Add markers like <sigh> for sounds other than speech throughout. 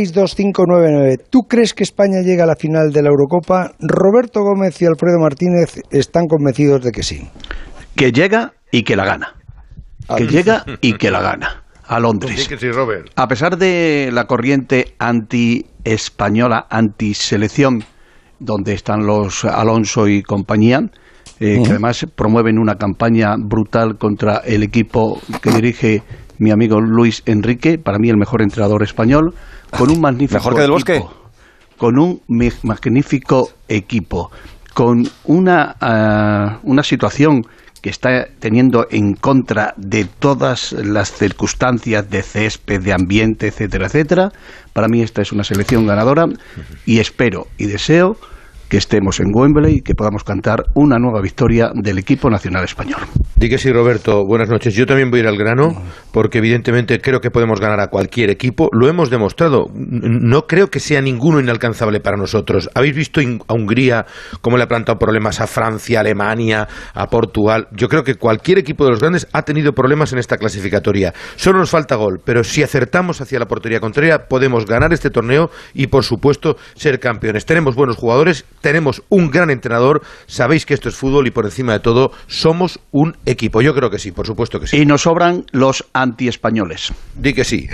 914262599. ¿Tú crees que España llega a la final de la Eurocopa? Roberto Gómez y Alfredo Martínez están convencidos de que sí. Que llega y que la gana. Ah, <laughs> Que llega y que la gana. A Pues Londres. Sí, que sí, Robert. A pesar de la corriente anti-española, anti-selección, donde están los Alonso y compañía, eh, que además promueven una campaña brutal contra el equipo que dirige mi amigo Luis Enrique, para mí el mejor entrenador español, <laughs> con un magnífico Mejor que del Bosque. equipo, con un mi- magnífico equipo, con una ah, una situación que está teniendo en contra de todas las circunstancias de césped, de ambiente, etcétera, etcétera. Para mí esta es una selección ganadora y espero y deseo que estemos en Wembley y que podamos cantar una nueva victoria del equipo nacional español. Di que sí, Roberto. Buenas noches. Yo también voy a ir al grano, porque evidentemente creo que podemos ganar a cualquier equipo. Lo hemos demostrado. N- No creo que sea ninguno inalcanzable para nosotros. Habéis visto in- a Hungría cómo le ha plantado problemas a Francia, a Alemania, a Portugal. Yo creo que cualquier equipo de los grandes ha tenido problemas en esta clasificatoria. Solo nos falta gol, pero si acertamos hacia la portería contraria, podemos ganar este torneo y, por supuesto, ser campeones. Tenemos buenos jugadores, tenemos un gran entrenador, sabéis que esto es fútbol y, por encima de todo, somos un equipo. Yo creo que sí, por supuesto que sí. Y nos sobran los antiespañoles. Di que sí.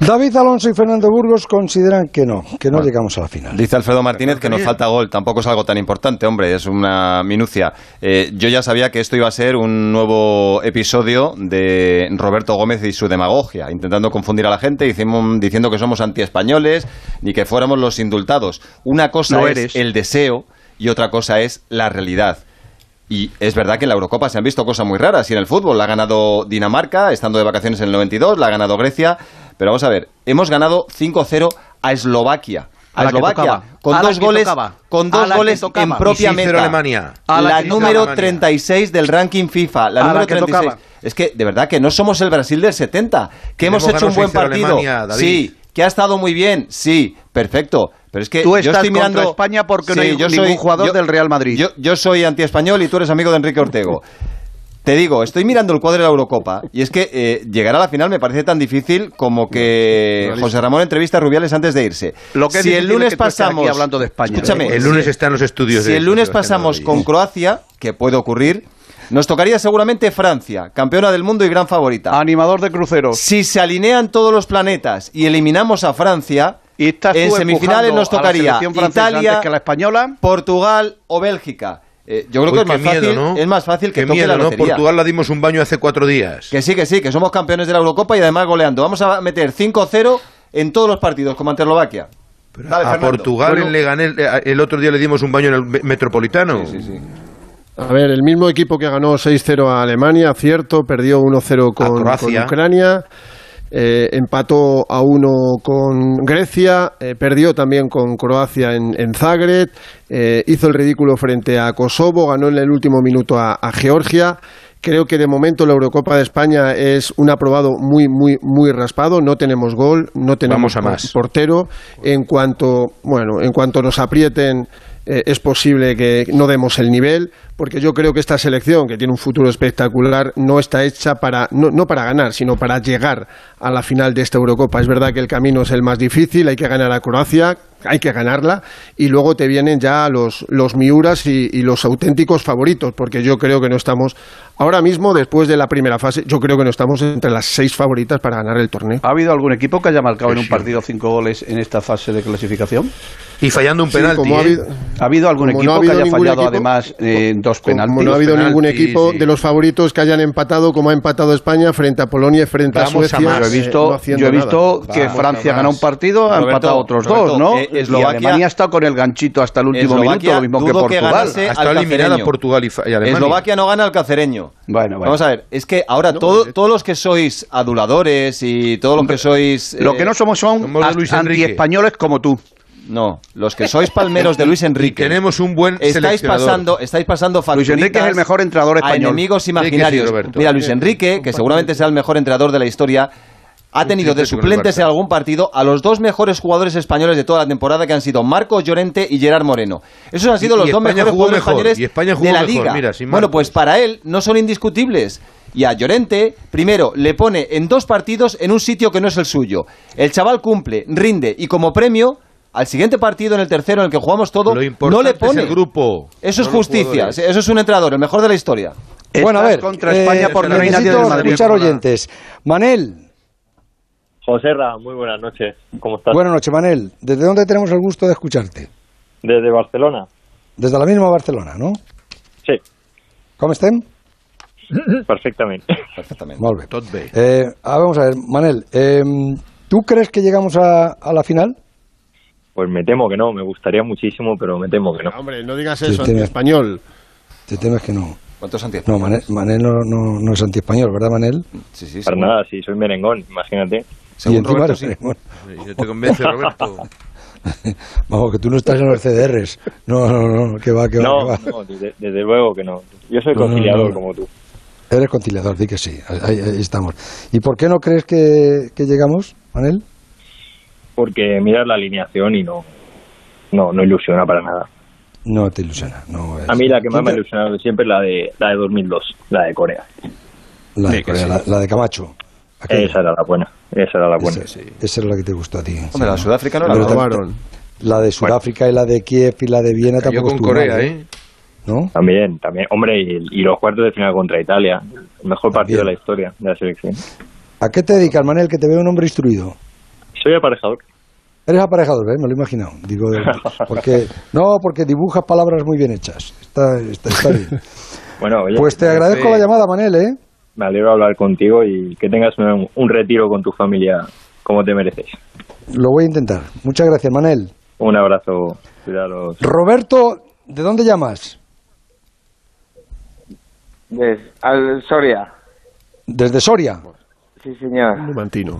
David Alonso y Fernando Burgos consideran que no, que no llegamos a la final. Dice Alfredo Martínez que nos falta gol. Tampoco es algo tan importante, hombre, es una minucia. Eh, yo ya sabía que esto iba a ser un nuevo episodio de Roberto Gómez y su demagogia, intentando confundir a la gente, dicimo- diciendo que somos antiespañoles y que fuéramos los indultados. Una cosa Lo es eres. el deseo y otra cosa es la realidad. Y es verdad que en la Eurocopa se han visto cosas muy raras. Y en el fútbol la ha ganado Dinamarca, estando de vacaciones en el 92, la ha ganado Grecia. Pero vamos a ver, hemos ganado 5-0 a Eslovaquia. A, A la que Eslovaquia, tocaba. con A la dos, que goles, tocaba. con A dos la que goles tocaba. en propia Y 6-0 meta. Alemania. La, A la que número tocaba. 36 del ranking FIFA. La A la número que 36. tocaba. Es que, de verdad, que no somos el Brasil del 70. Que hemos Hemos hecho un ganado buen 6-0 partido. Alemania, David. sí, que ha estado muy bien. Sí, perfecto. Pero es que Tú yo estás estoy contra mirando España porque no hay yo ningún jugador del Real Madrid. Yo, yo soy antiespañol y tú eres amigo de Enrique <laughs> Ortego. Te digo, estoy mirando el cuadro de la Eurocopa y es que eh, llegar a la final me parece tan difícil como que José Ramón entrevista a Rubiales antes de irse. Lo que es si el difícil es lunes que tú estés pasamos aquí hablando de España. ¿eh? escúchame, El lunes si- está en los estudios. si de el lunes Sebastián pasamos Rodríguez. con Croacia, que puede ocurrir, nos tocaría seguramente Francia, campeona del mundo y gran favorita. Animador de cruceros. Si se alinean todos los planetas y eliminamos a Francia, Y estás en tú semifinales empujando nos a la tocaría selección francesa Italia, antes que la española. Portugal o Bélgica. Eh, yo creo Uy, que es más, qué miedo, fácil, eh, ¿no? es más fácil que Qué toque miedo, la ¿no? lotería. Portugal la dimos un baño hace cuatro días. Que sí, que sí, que somos campeones de la Eurocopa y además goleando. Vamos a meter 5-0 en todos los partidos, como ante Eslovaquia. Dale, a Fernando. Portugal Bueno. le gané el otro día le dimos un baño en el me- metropolitano. Sí, sí. A ver, el mismo equipo que ganó 6-0 a Alemania, cierto, perdió 1-0 A con, Croacia. con Ucrania, eh, empató a 1 con Grecia, eh, perdió también con Croacia en, en Zagreb, eh, hizo el ridículo frente a Kosovo, ganó en el último minuto a, a Georgia. Creo que de momento la Eurocopa de España es un aprobado muy, muy, muy raspado. No tenemos gol, no tenemos Vamos a más. portero. En cuanto, bueno, en cuanto nos aprieten, eh, es posible que no demos el nivel, porque yo creo que esta selección, que tiene un futuro espectacular, no está hecha para, no, no para ganar, sino para llegar a la final de esta Eurocopa. Es verdad que el camino es el más difícil, hay que ganar a Croacia, hay que ganarla, y luego te vienen ya los, los Miuras y, y los auténticos favoritos, porque yo creo que no estamos, ahora mismo, después de la primera fase, yo creo que no estamos entre las seis favoritas para ganar el torneo. ¿Ha habido algún equipo que haya marcado en un partido cinco goles en esta fase de clasificación? Y fallando un Sí, penalti. como ha ¿eh? habido- ¿Ha habido algún Como equipo no ha que habido haya ningún fallado equipo- además eh, dos penaltis? Como no ha habido penaltis, ningún equipo sí. de los favoritos que hayan empatado, como ha empatado España frente a Polonia y frente a Vamos a Suecia. más. Yo he eh, no visto, haciendo yo he visto nada. que Vamos, Francia nada ganó un más. partido, ha Roberto, empatado otros Roberto, dos, ¿no? eh, y Eslovaquia- Alemania está con el ganchito hasta el último minuto, Eslovaquia lo mismo que dudo que Portugal. ganase- Ha estado eliminada Alcacereño. Portugal y, fa- y Alemania. Eslovaquia no gana al cacereño. Bueno, bueno. Vamos a ver, es que ahora todo- todos los que sois aduladores y todos los que sois... Lo eh, que no somos son somos de Luis Enrique. antiespañoles como tú. No, los que sois palmeros de <laughs> Luis Enrique. Tenemos un buen Estáis seleccionador. pasando, estáis pasando Luis facturitas Enrique es el mejor entrenador a español. que enemigos sí, imaginarios. Roberto. Mira, Luis Enrique, que seguramente sea el mejor entrenador de la historia, ha tenido de triplete con el suplentes Barça. en algún partido a los dos mejores jugadores españoles de toda la temporada que han sido Marcos Llorente y Gerard Moreno. Esos han sido Y- los y dos España mejores jugó jugadores mejor, españoles y España jugó de la mejor, liga. mira, sin bueno, Marcos. pues para él no son indiscutibles. Y a Llorente, primero, le pone en dos partidos en un sitio que no es el suyo. El chaval cumple, rinde y como premio, al siguiente partido, en el tercero, en el que jugamos todo, Lo importante no le pone. es el grupo. Eso es no los justicia, jugadores. eso es un entrenador, el mejor de la historia. Bueno, a Estás ver, contra eh, España por la reina necesito del Madrid. escuchar oyentes. Manel, José Ra, muy buenas noches. ¿Cómo estás? buenas noches, Manel. ¿Desde dónde tenemos el gusto de escucharte? Desde Barcelona. Desde la misma Barcelona, ¿no? <laughs> Sí, ¿Cómo estem? perfectamente. Perfectamente. Molt bé. Tot bé. Eh, ah, vamos a ver, Manel, eh, ¿tú crees que llegamos a, a la final? Pues me temo que no, me gustaría muchísimo, pero me temo que no. Hombre, no digas Sí, eso en tiene- español. Te temes que no. ¿Cuántos antes? No, Manel, Manel no, no, no es antiespañol, ¿verdad, Manel? Sí, sí, Para según- nada, si soy merengón, imagínate. y según encima Roberto, no sí. tenemos- Yo te convenzo, <laughs> Roberto. Vamos, que tú no estás en los CDRs. No, no, no, que va, que va, No, que va. no, desde, desde luego que no. Yo soy No, no, conciliador no. como tú. Eres conciliador, di que sí. Ahí, ahí estamos. ¿Y por qué no crees que, que llegamos, Manel? Porque miras la alineación y no, no, no ilusiona para nada. No te ilusiona. No es- A mí la que más ¿Tú me ha te- ilusionado siempre es la de, la de 2002, la de Corea. La de, Sí, que Corea, sí. la, la de Camacho. Aquella. Esa era la buena, esa era la buena. Esa, esa es la que te gustó a ti. Hombre, la sudafricana La Pero no también- robaron. La de Sudáfrica y la de Kiev y la de Viena Yo tampoco con estuvo Corea, mal, ¿eh? ¿No? También, también. Hombre, y, y los cuartos de final contra Italia. El mejor partido de la También. historia de la selección. ¿A qué te dedicas, Manel, que te veo un hombre instruido? Soy aparejador. Eres aparejador, ¿eh? me lo he imaginado. Digo, <laughs> porque, no, porque dibujas palabras muy bien hechas. Está, está, está <laughs> bien. Bueno, oye, Pues te agradezco la llamada, Manel, ¿eh? me alegro de hablar contigo y que tengas un, un retiro con tu familia como te mereces. Lo voy a intentar. Muchas gracias, Manel. Un abrazo. Cuidados. Roberto, ¿de dónde llamas? Des- Ah, al Soria. Desde Soria. Sí, señor. Numantino.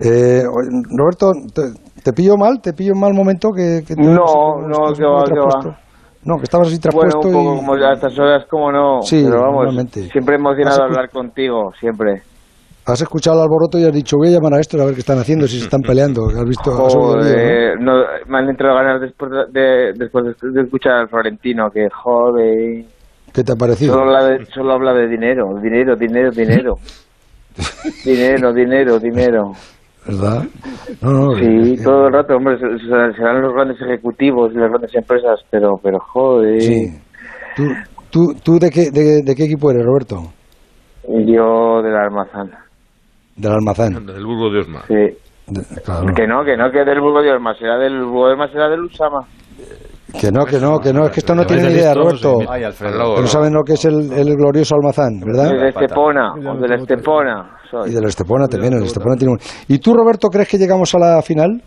Eh, oye, Roberto, te, te pillo mal? ¿Te pillo en mal momento? Que, que te- No, no, estás que va, muy que va. traspuesto? No, que estabas así Bueno, traspuesto un poco y... como a estas horas, como no. Sí, pero vamos, normalmente. siempre Has emocionado escu- hablar contigo, siempre. Has escuchado el alboroto y has dicho, voy a llamar a estos a ver qué están haciendo, si se están peleando. Has visto, has oído el lío, ¿no? Joder, eh, no, me han entrado ganas después de, después de- de escuchar al Florentino, que joder. ¿Qué te ha parecido? Solo habla de, solo habla de dinero, dinero, dinero, <laughs> dinero. dinero, dinero, dinero. ¿Verdad? No, no, Sí, eh, todo el rato, hombre, se- se- serán los grandes ejecutivos y las grandes empresas, pero, pero joder. Sí. ¿Tú, tú, tú de, qué, de, de qué equipo eres, Roberto? Yo del almazán. Del Almazán. Anda, del Burgo de Osma. Sí. De- claro. Que no, que no, que es del Burgo de Orma, será del Burgo de Orma, será del Usama. Que no, que no, que no, es que esto no Te vais tiene ni de idea, listos, Roberto. sí, mira. Ay, Alfredo. Al lado, Que no saben lo que es el, el glorioso Almazán, ¿verdad? Del pata. Estepona, o del Estepona. Y Soy. del Estepona también, el Estepona tiene un... ¿Y tú, Roberto, crees que llegamos a la final?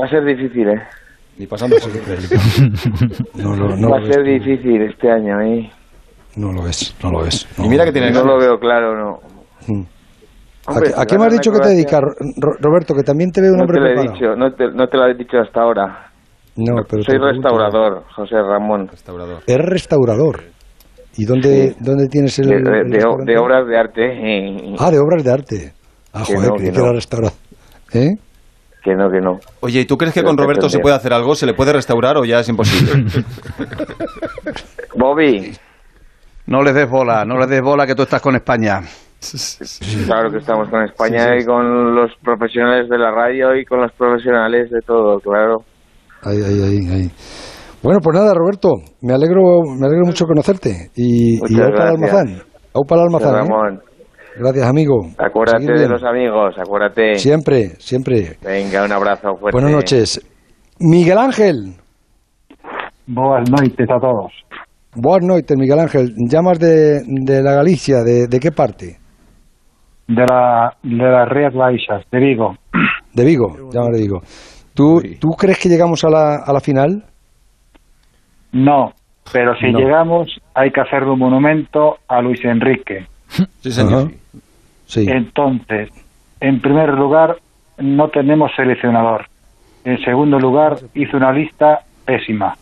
Va a ser difícil, ¿eh? Ni pasando por el- <laughs> No, lo- no Va lo a ser ves, difícil este año, ¿eh? no lo es, no lo es. Y mira que tiene No ganas. lo veo claro, no. Mm. ¿A, Hombre, qué- a si qué me gana has dicho que te Croacia- dedicas, Ro- Roberto? Que también te veo un No hombre te, lo he preparado. dicho, no, te, no te lo he dicho hasta ahora. No, pero te Soy pregunto. restaurador, José Ramón, Restaurador. Eres restaurador. ¿Y dónde, dónde tienes de, el, de- el de- restaurante? de obras de arte. eh, Ah, de obras de arte. Ah, Que joder, no, creí que que era no. restaurador. ¿Eh? Que no, que no. Oye, ¿y tú crees que Pero con te Roberto se entendía. puede hacer algo? ¿Se le puede restaurar o ya es imposible? <laughs> Bobby, No les des bola, no les des bola que tú estás con España. claro que estamos con España y con los profesionales de la radio y con los profesionales de todo, claro. Ahí, ahí, ahí, ahí. Bueno, pues nada, Roberto, me alegro, me alegro mucho conocerte. Y, y Muchas au para el gracias. Almazán. Au para el José Almazán. ¿eh? Ramón, Gracias, amigo. acuérdate Seguid de bien. los amigos, acuérdate. Siempre, siempre. Venga, un abrazo fuerte. Buenas noches. Miguel Ángel. Boas noites a todos. Buenas noches, Miguel Ángel. Llamas de, de la Galicia, ¿de, de qué parte? De, la, de las Rías Baixas, de Vigo. De Vigo, llamas de Vigo. ¿Tú, ¿Tú crees que llegamos a la, a la final? No, pero si No. llegamos hay que hacerle un monumento a Luis Enrique. <laughs> Sí, señor. Ajá. Sí. Entonces, en primer lugar, no tenemos seleccionador. En segundo lugar, hizo una lista pésima.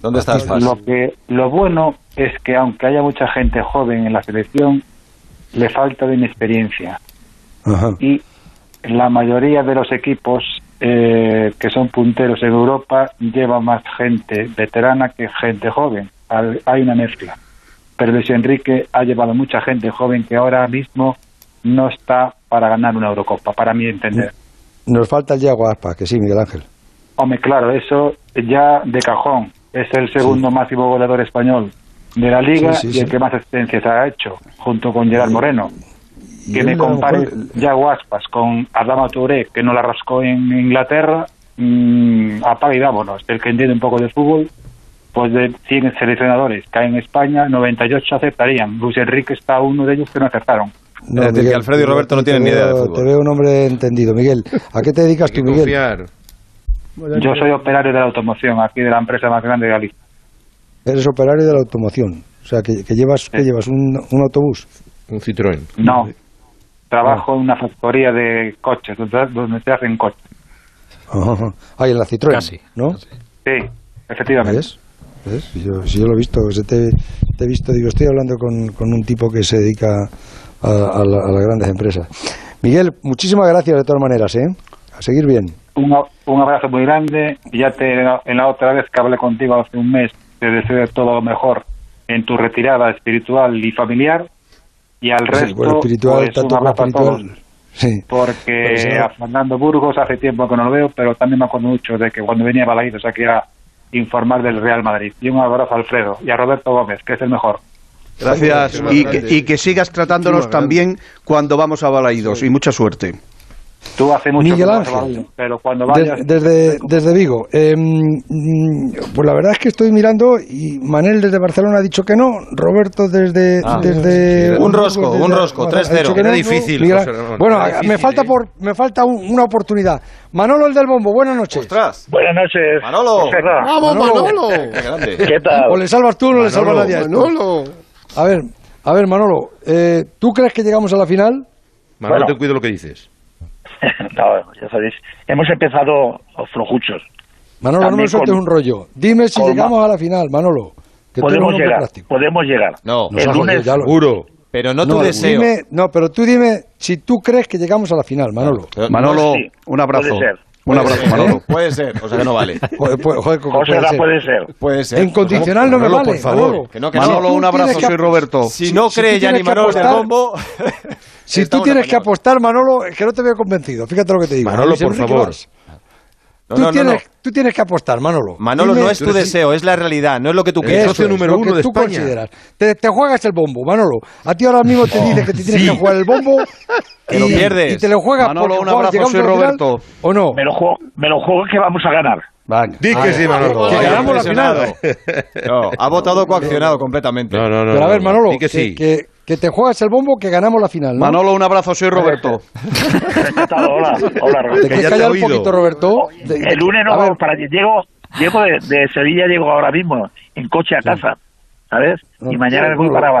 ¿Dónde está Aspas? Lo que lo bueno es que aunque haya mucha gente joven en la selección, le falta de inexperiencia. Ajá. y la mayoría de los equipos eh, que son punteros en Europa llevan más gente veterana que gente joven. Al- Hay una mezcla. pero Luis Enrique ha llevado mucha gente joven que ahora mismo no está para ganar una Eurocopa, para mi entender. Nos falta el Yago Aspas, que sí, Miguel Ángel. Hombre, claro, eso ya de cajón. Es el segundo máximo goleador español de la liga Sí, sí, sí. Eh, y el que más asistencias ha hecho, junto con Gerard Moreno. Y Que me él, a lo compares mejor, Yago Aspas con Adama Touré, que no la rascó en Inglaterra, Mm, mmm, apaga y vámonos. El que entiende un poco de fútbol, pues de 100 seleccionadores que hay en España, 98 aceptarían. Luis Enrique está uno de ellos que no acertaron. No, Es decir, que Alfredo y te veo- Roberto no te tienen ni veo- idea de fútbol. Te veo un hombre entendido. Miguel, ¿a qué te dedicas Hay que tú, Miguel? confiar. Yo soy operario de la automoción aquí de la empresa más grande de Galicia. Eres operario de la automoción. O sea, que, que llevas, Eh. que llevas un, un autobús. Un Citroën. No, trabajo en una factoría de coches, donde, donde se hacen coches. Ajá. Ahí en la Citroën, Casi, ¿no? Sí, efectivamente. ¿Ves? ¿Ves? Si Yo, si yo lo he visto, se te, te he visto, digo, estoy hablando con, con un tipo que se dedica a, a la- a las grandes empresas. Miguel, muchísimas gracias de todas maneras, ¿eh? A seguir bien. Un, a- un abrazo muy grande. y Ya te, en la otra vez que hablé contigo hace un mes, te deseo todo lo mejor en tu retirada espiritual y familiar. Y al resto, Sí, bueno, espiritual, pues, tanto un como abrazo a todos. espiritual. Sí. Porque Pues, a nada. Fernando Burgos hace tiempo que no lo veo, pero también me acuerdo mucho de que cuando venía a Balaídos aquí a informar del Real Madrid. Y un abrazo a Alfredo y a Roberto Gómez, que es el mejor. Gracias. Muchísimas Y que, gracias. y que sigas tratándonos Muchísimas también cuando vamos a Balaídos. Y mucha suerte. Tú hace mucho Miguel que no vas a Ángel. Balaídos, pero cuando Des- vayas... desde, desde Vigo. Eh, mm, pues la verdad es que estoy mirando y Manel desde Barcelona ha dicho que no, Roberto desde... Ah, desde un rosco, un rosco, ha dicho 3-0. que Era difícil, Miguel- José Ramón, bueno, era a- me difícil, falta, ¿eh? por, me falta un- una oportunidad. Manolo el del bombo, buenas noches. ¡Ostras! Buenas noches. Manolo. Joseba. ¡Vamos, Manolo! ¡Qué grande! ¿Qué tal? O le salvas tú o no le salvas nadie a esto. ¡Manolo! A ver, a ver Manolo, eh, ¿tú crees que llegamos a la final? Manuel, Bueno. te cuido lo que dices. <laughs> No, ya sabéis, hemos empezado flojuchos. Manolo, no También me sueltes con- un rollo. Dime si con llegamos a la final, Manolo. Que tú eres un Podemos hombre llegar, práctico. podemos llegar. No, Nos El ha jodido, lunes- ya lo- Seguro. pero no, tu No, deseo. dime- no, pero tú dime si tú crees que llegamos a la final, Manolo. Pero- Manolo, Pues sí, un abrazo. puede ser. Un Puede abrazo, ser, Manolo. ¿eh? Puede ser, o sea que no vale. Joder, <laughs> pues, joder, ¿cómo José, puede ser? puede ser. Puede ser. En condicional no me Manolo, vale. por favor. Manolo. Que no, que Manolo, Si un tú abrazo. tienes que- Soy Roberto. Si no si cree tú ya ni tienes que Manolo del apostar- Bombo. Si tú estamos tienes que apañados. apostar, Manolo, es que no te veo convencido. Fíjate lo que te digo. Manolo, Luis por Enrique favor. Valls. No, tú, no, no, no. tienes, tú tienes que apostar, Manolo. Manolo, Dime- no es tu Tú eres- deseo, es la realidad, no es lo que tú El Eso quieres. socio es, número lo uno que de tú España. consideras. Te, te juegas el bombo, Manolo. A ti ahora mismo te dice que te tienes que jugar el bombo. Que lo y- pierdes. Y te lo juegas Manolo, porque, un joder, abrazo, llegamos soy a la final, Roberto. ¿O no? Me lo juego, me lo juego que vamos a ganar. Venga. Ah, Di que sí, Manolo. Que Vaya ganamos la impresionado. final. No, ha votado coaccionado completamente. No, no, no. Pero a ver, no, no. Manolo, Di que, que sí. que- que te juegas el bombo que ganamos la final. ¿no? Manolo, un abrazo. Soy Roberto. ¿Qué tal? Hola, hola. Raúl. que ya te quieres te he callar un oído. poquito, Roberto. De- El lunes no a ver, vamos para allí. Llego, llego de, de Sevilla, llego ahora mismo en coche a casa, ¿sabes? No, Y mañana no, me voy no. para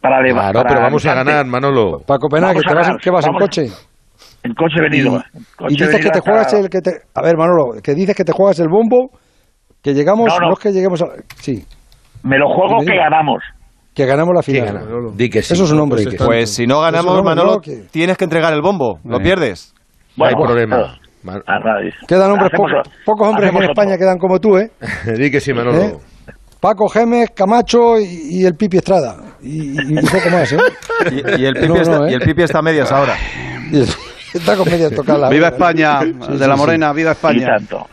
para Leva- Claro, para pero vamos a Alicante. ganar, Manolo. para Copenhague, vamos a ¿te vas en- ganar, ¿qué vas en vamos. coche? En coche Y, venido. en y coche dices que venido te hasta- juegas el que te. A ver, Manolo, que dices que te juegas el bombo, que llegamos, No, no, no. es que lleguemos a. Sí, Me lo juego Dime, que dime. ganamos. que ganamos la final. Di que sí. Eso es un hombre. Pues que- Pues si no Eso ganamos, no, Manolo, no, que- tienes que entregar el bombo. Lo pierdes. No hay Bueno, problema. no, a nadie. Quedan hombres, Hacemos- po- pocos hombres en hacemos otro. España quedan como tú, ¿eh? <laughs> Di que sí, ¿Eh? Manolo. Paco Gémez, Camacho y, y el Pipi Estrada. Y, y poco más, ¿eh? Y, y <laughs> el, pipi No, no, está, ¿eh? y el pipi está a <laughs> medias ahora. Y es- <laughs> Está con medias tocadas. Viva España, de la Morena, viva Y España. tanto.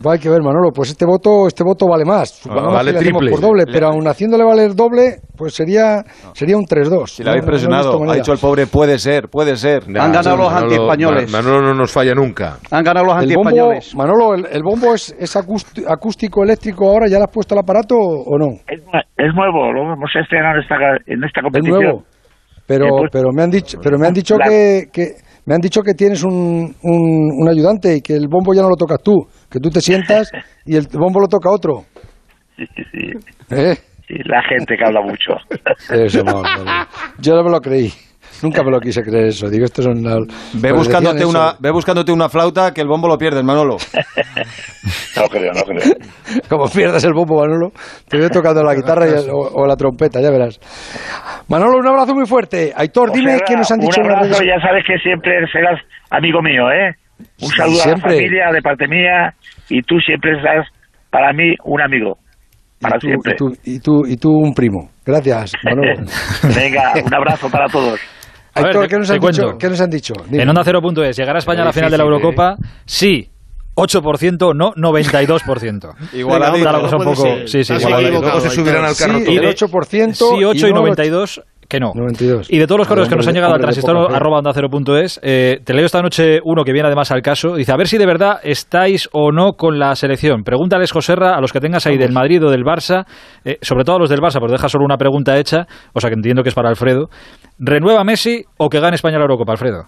Pues hay que ver, Manolo. Pues este voto, este voto vale más. Ah, Supongamos vale que le hacemos triple. por doble, pero aun haciéndole valer doble, pues sería, sería un 3-2. Si lo habéis No, no, no he visto presionado, ha manera. dicho el pobre, puede ser, puede ser. Nah, Han ganado los Manolo- antiespañoles. Ma- Manolo no nos falla nunca. Han ganado los El bombo, antiespañoles. Manolo, el, el bombo es, es acústi- acústico eléctrico ahora, ¿ya le has puesto el aparato o o no? Es, nue- es nuevo, lo hemos estrenado en esta, en esta Es competición. nuevo. Pero, Eh, pues- pero me han dicho, pero me han dicho La- que, que- me han dicho que tienes un, un, un ayudante y que el bombo ya no lo tocas tú, que tú te <laughs> sientas y el bombo lo toca otro. Sí, sí, sí. ¿Eh? Sí, la gente que habla <laughs> mucho. Eso, vamos, vale. Yo no me lo creí. Nunca me lo quise creer eso. Digo, estos son las- Ve pues buscándote, decían una, eso. ve buscándote una flauta que el bombo lo <laughs> pierdes, Manolo. No creo, no creo. <laughs> Como pierdas el bombo, Manolo, te veo tocando la guitarra y el- o, o la trompeta, ya verás. Manolo, un abrazo muy fuerte. Aitor, dime Joseba, qué nos han dicho en Pues Un las abrazo, redes- ya sabes que siempre serás amigo mío, ¿eh? Un Sí, saludo siempre. a la familia de parte mía y tú siempre serás para mí un amigo. Para y tú, siempre. Y tú, y, tú, y tú un primo. <laughs> Gracias, Manolo. Venga, un abrazo para todos. A ver, Héctor, te- ¿qué, nos te han dicho? cuento. ¿qué nos han dicho? Dime. En Onda 0.es, ¿llegará España a la final de la Difícil, Eurocopa? ¿eh? Sí, 8%, no 92%. Igualadito. Claro que es un No puede poco- ser. sí, sí, Estás Ah, sí. Igual, equivocado, luego se Aitor. subirán al Sí, carro y todos. el 8%. Sí, 8 y no- 92 que no. 92. Y de todos los correos que Hombre, nos han llegado al hombre de transistor poca fe. arroba onda 0.es, eh, te leo esta noche uno que viene además al caso. Dice, a ver si de verdad estáis o no con la selección. Pregúntales, Joserra, a los que tengas ahí del Madrid o del Barça, eh, sobre todo a los del Barça, porque deja solo una pregunta hecha, o sea que entiendo que es para Alfredo. ¿Renueva Messi o que gane España la Eurocopa, Alfredo?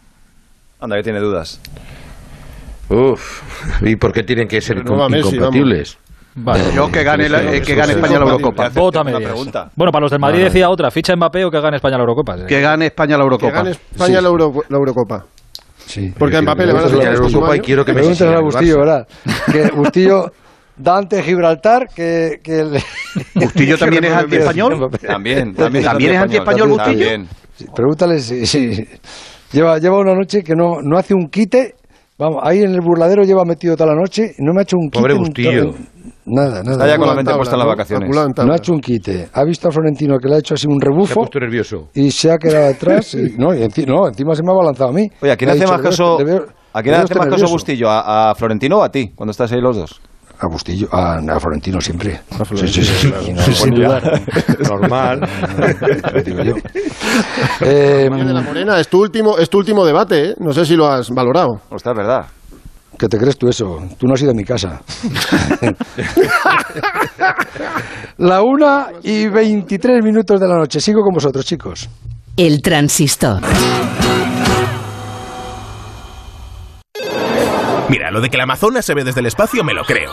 Anda, que tiene dudas. Uf, ¿y por qué tienen que ser Renueva incom- Messi, vamos. incompatibles? Vale. Yo que gane, la- eh, que gane España la Eurocopa. Hace Vota una medias. pregunta. Bueno, para los del Madrid decía otra, ficha Mbappé o que gane España la Eurocopa. Que gane España la Que Eurocopa. gane España la, Euro- la Eurocopa. Sí. Porque a Mbappé le van a Yo quiero sacar la el próximo Eurocopa y año. quiero que Me me preguntas a Bustillo, ¿verdad? Que Bustillo da ante Gibraltar que, que el- <laughs> Bustillo también es anti-español. También, ¿También también, es antiespañol, Bustillo? También. Sí, Pregúntale si, si- lleva, lleva una noche que no, no hace un quite. Vamos, ahí en el burladero lleva metido toda la noche y no me ha hecho un quite. Pobre en Bustillo. todo- Nada, Está nada. ya con la Calculado en mente tabla, puesta en las ¿no? vacaciones. Calculado en No tabla. ha hecho un quite. Ha visto a Florentino que le ha hecho así Se un ha rebufo puesto nervioso. y se ha quedado atrás. y- no, y enci- no, encima se me ha abalanzado a mí. Oye, ¿a quién Me ha hace dicho, este, más caso, "Debe- debe- ¿a quién debe hace estar más caso nervioso". Bustillo? ¿A, a Florentino o a ti? Cuando estás ahí los dos. A Bustillo, a, a Florentino siempre. Sí, sí, sí. sí, no, Sin bueno, dudar. <laughs> <laughs> <laughs> Normal. lo digo yo. Eh, Oye, de la Morena, es tu último, es tu último debate, ¿eh? no sé si lo has valorado. Ostras, verdad. ¿Qué te crees tú eso? Tú no has ido a mi casa. la una y 23 minutos de la noche. Sigo con vosotros, chicos. El transistor. Mira, lo de que la Amazonas se ve desde el espacio me lo creo.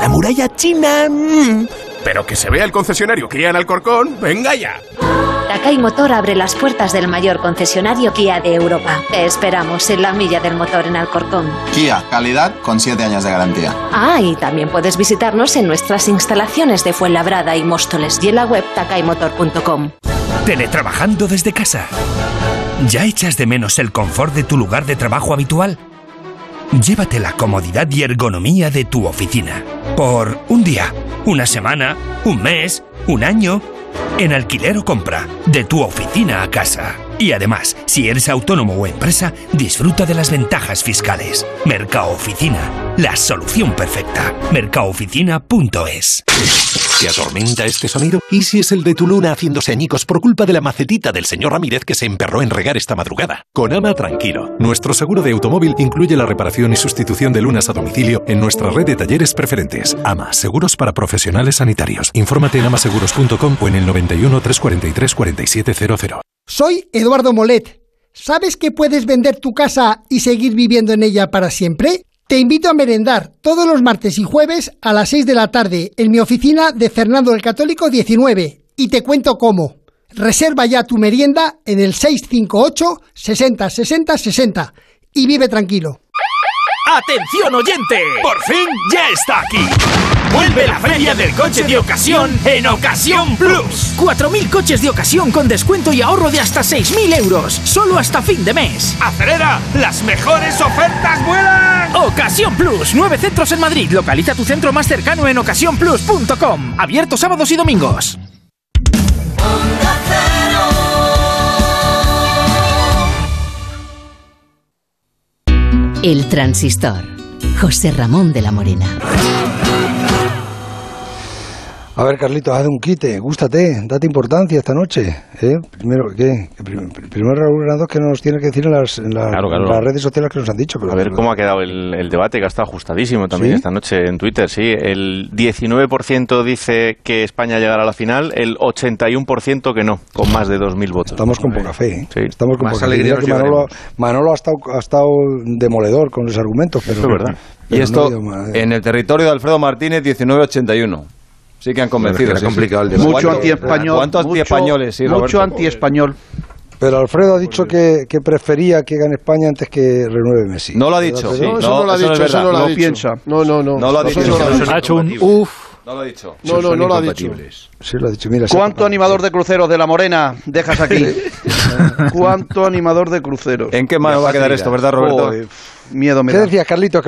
La muralla china. mm. Pero que se vea el concesionario Kia en Alcorcón, venga ya. Takai Motor abre las puertas del mayor concesionario Kia de Europa. Te esperamos en la milla del motor en Alcorcón. Kia, calidad con 7 años de garantía. Ah, y también puedes visitarnos en nuestras instalaciones de Fuenlabrada y Móstoles y en la web takaimotor.com. Teletrabajando desde casa. ¿Ya echas de menos el confort de tu lugar de trabajo habitual? Llévate la comodidad y ergonomía de tu oficina. Por un día, una semana, un mes, un año. En alquiler o compra, de tu oficina a casa. Y además, si eres autónomo o empresa, disfruta de las ventajas fiscales. Mercado Oficina, la solución perfecta. Mercaoficina.es. ¿Te atormenta este sonido? ¿Y si es el de tu luna haciéndose añicos por culpa de la macetita del señor Ramírez que se emperró en regar esta madrugada? Con Ama Tranquilo. Nuestro seguro de automóvil incluye la reparación y sustitución de lunas a domicilio en nuestra red de talleres preferentes. Ama, seguros para profesionales sanitarios. Infórmate en amaseguros.com o en el 91 343 4700. Soy Eduardo Molet. ¿Sabes que puedes vender tu casa y seguir viviendo en ella para siempre? Te invito a merendar todos los martes y jueves a las 6 de la tarde en mi oficina de Fernando el Católico 19 y te cuento cómo. Reserva ya tu merienda en el 658 60 60 60 y vive tranquilo. ¡Atención oyente! ¡Por fin ya está aquí! Vuelve la feria del coche de ocasión en Ocasión Plus. 4.000 coches de ocasión con descuento y ahorro de hasta 6.000 euros, solo hasta fin de mes. ¡Acelera! ¡Las mejores ofertas vuelan! Ocasión Plus, nueve centros en Madrid. Localiza tu centro más cercano en ocasiónplus.com. Abierto sábados y domingos. El transistor. José Ramón de la Morena. A ver, Carlitos, haz un quite. Gústate, date importancia esta noche. ¿eh? Primero, ¿qué? Que prim- Primero Raúl Granados que nos tiene que decir en las, en las- Claro, claro. en las redes sociales que nos han dicho. pero- A pues, ver cómo ha quedado el, el debate, que ha estado ajustadísimo también ¿Sí? esta noche en Twitter. Sí, el 19% dice que España llegará a la final, el 81% que no, con más de 2.000 votos. Estamos con poca fe, ¿eh? Sí. Estamos con Más poca fe. alegría Mira que nos Manolo, llevaremos. Manolo ha, estado, ha estado demoledor con los argumentos, pero... Eso es verdad. y pero no ha esto habido más- ¿eh? en el territorio de Alfredo Martínez, 1981. Sí que han convencido. Era sí, sí. complicado el debate. Mucho ¿Cuánto- antiespañol. ¿Cuántos mucho- antiespañoles? Sí, Mucho Roberto? antiespañol. Pero Alfredo Pues ha dicho que, que prefería que gane España antes que renueve Messi. No lo ha dicho. ¿Verdad, Sí, Pedro? No, eso no, lo ha eso no dicho, es eso verdad. no lo ha No dicho. piensa. No, no, no. No lo ha dicho. Eso no lo ha dicho. Ha hecho un incompatibles. uff. No lo ha dicho. No, no, Son no lo ha dicho. incompatibles. Sí, lo ha dicho. Mira, sí, ¿Cuánto ha- animador de cruceros de la Morena dejas aquí? ¿Cuánto animador de cruceros? ¿En qué mano va a quedar facilidad. esto, verdad, Roberto? Joder, miedo me ¿Qué da. decías, Carlitos?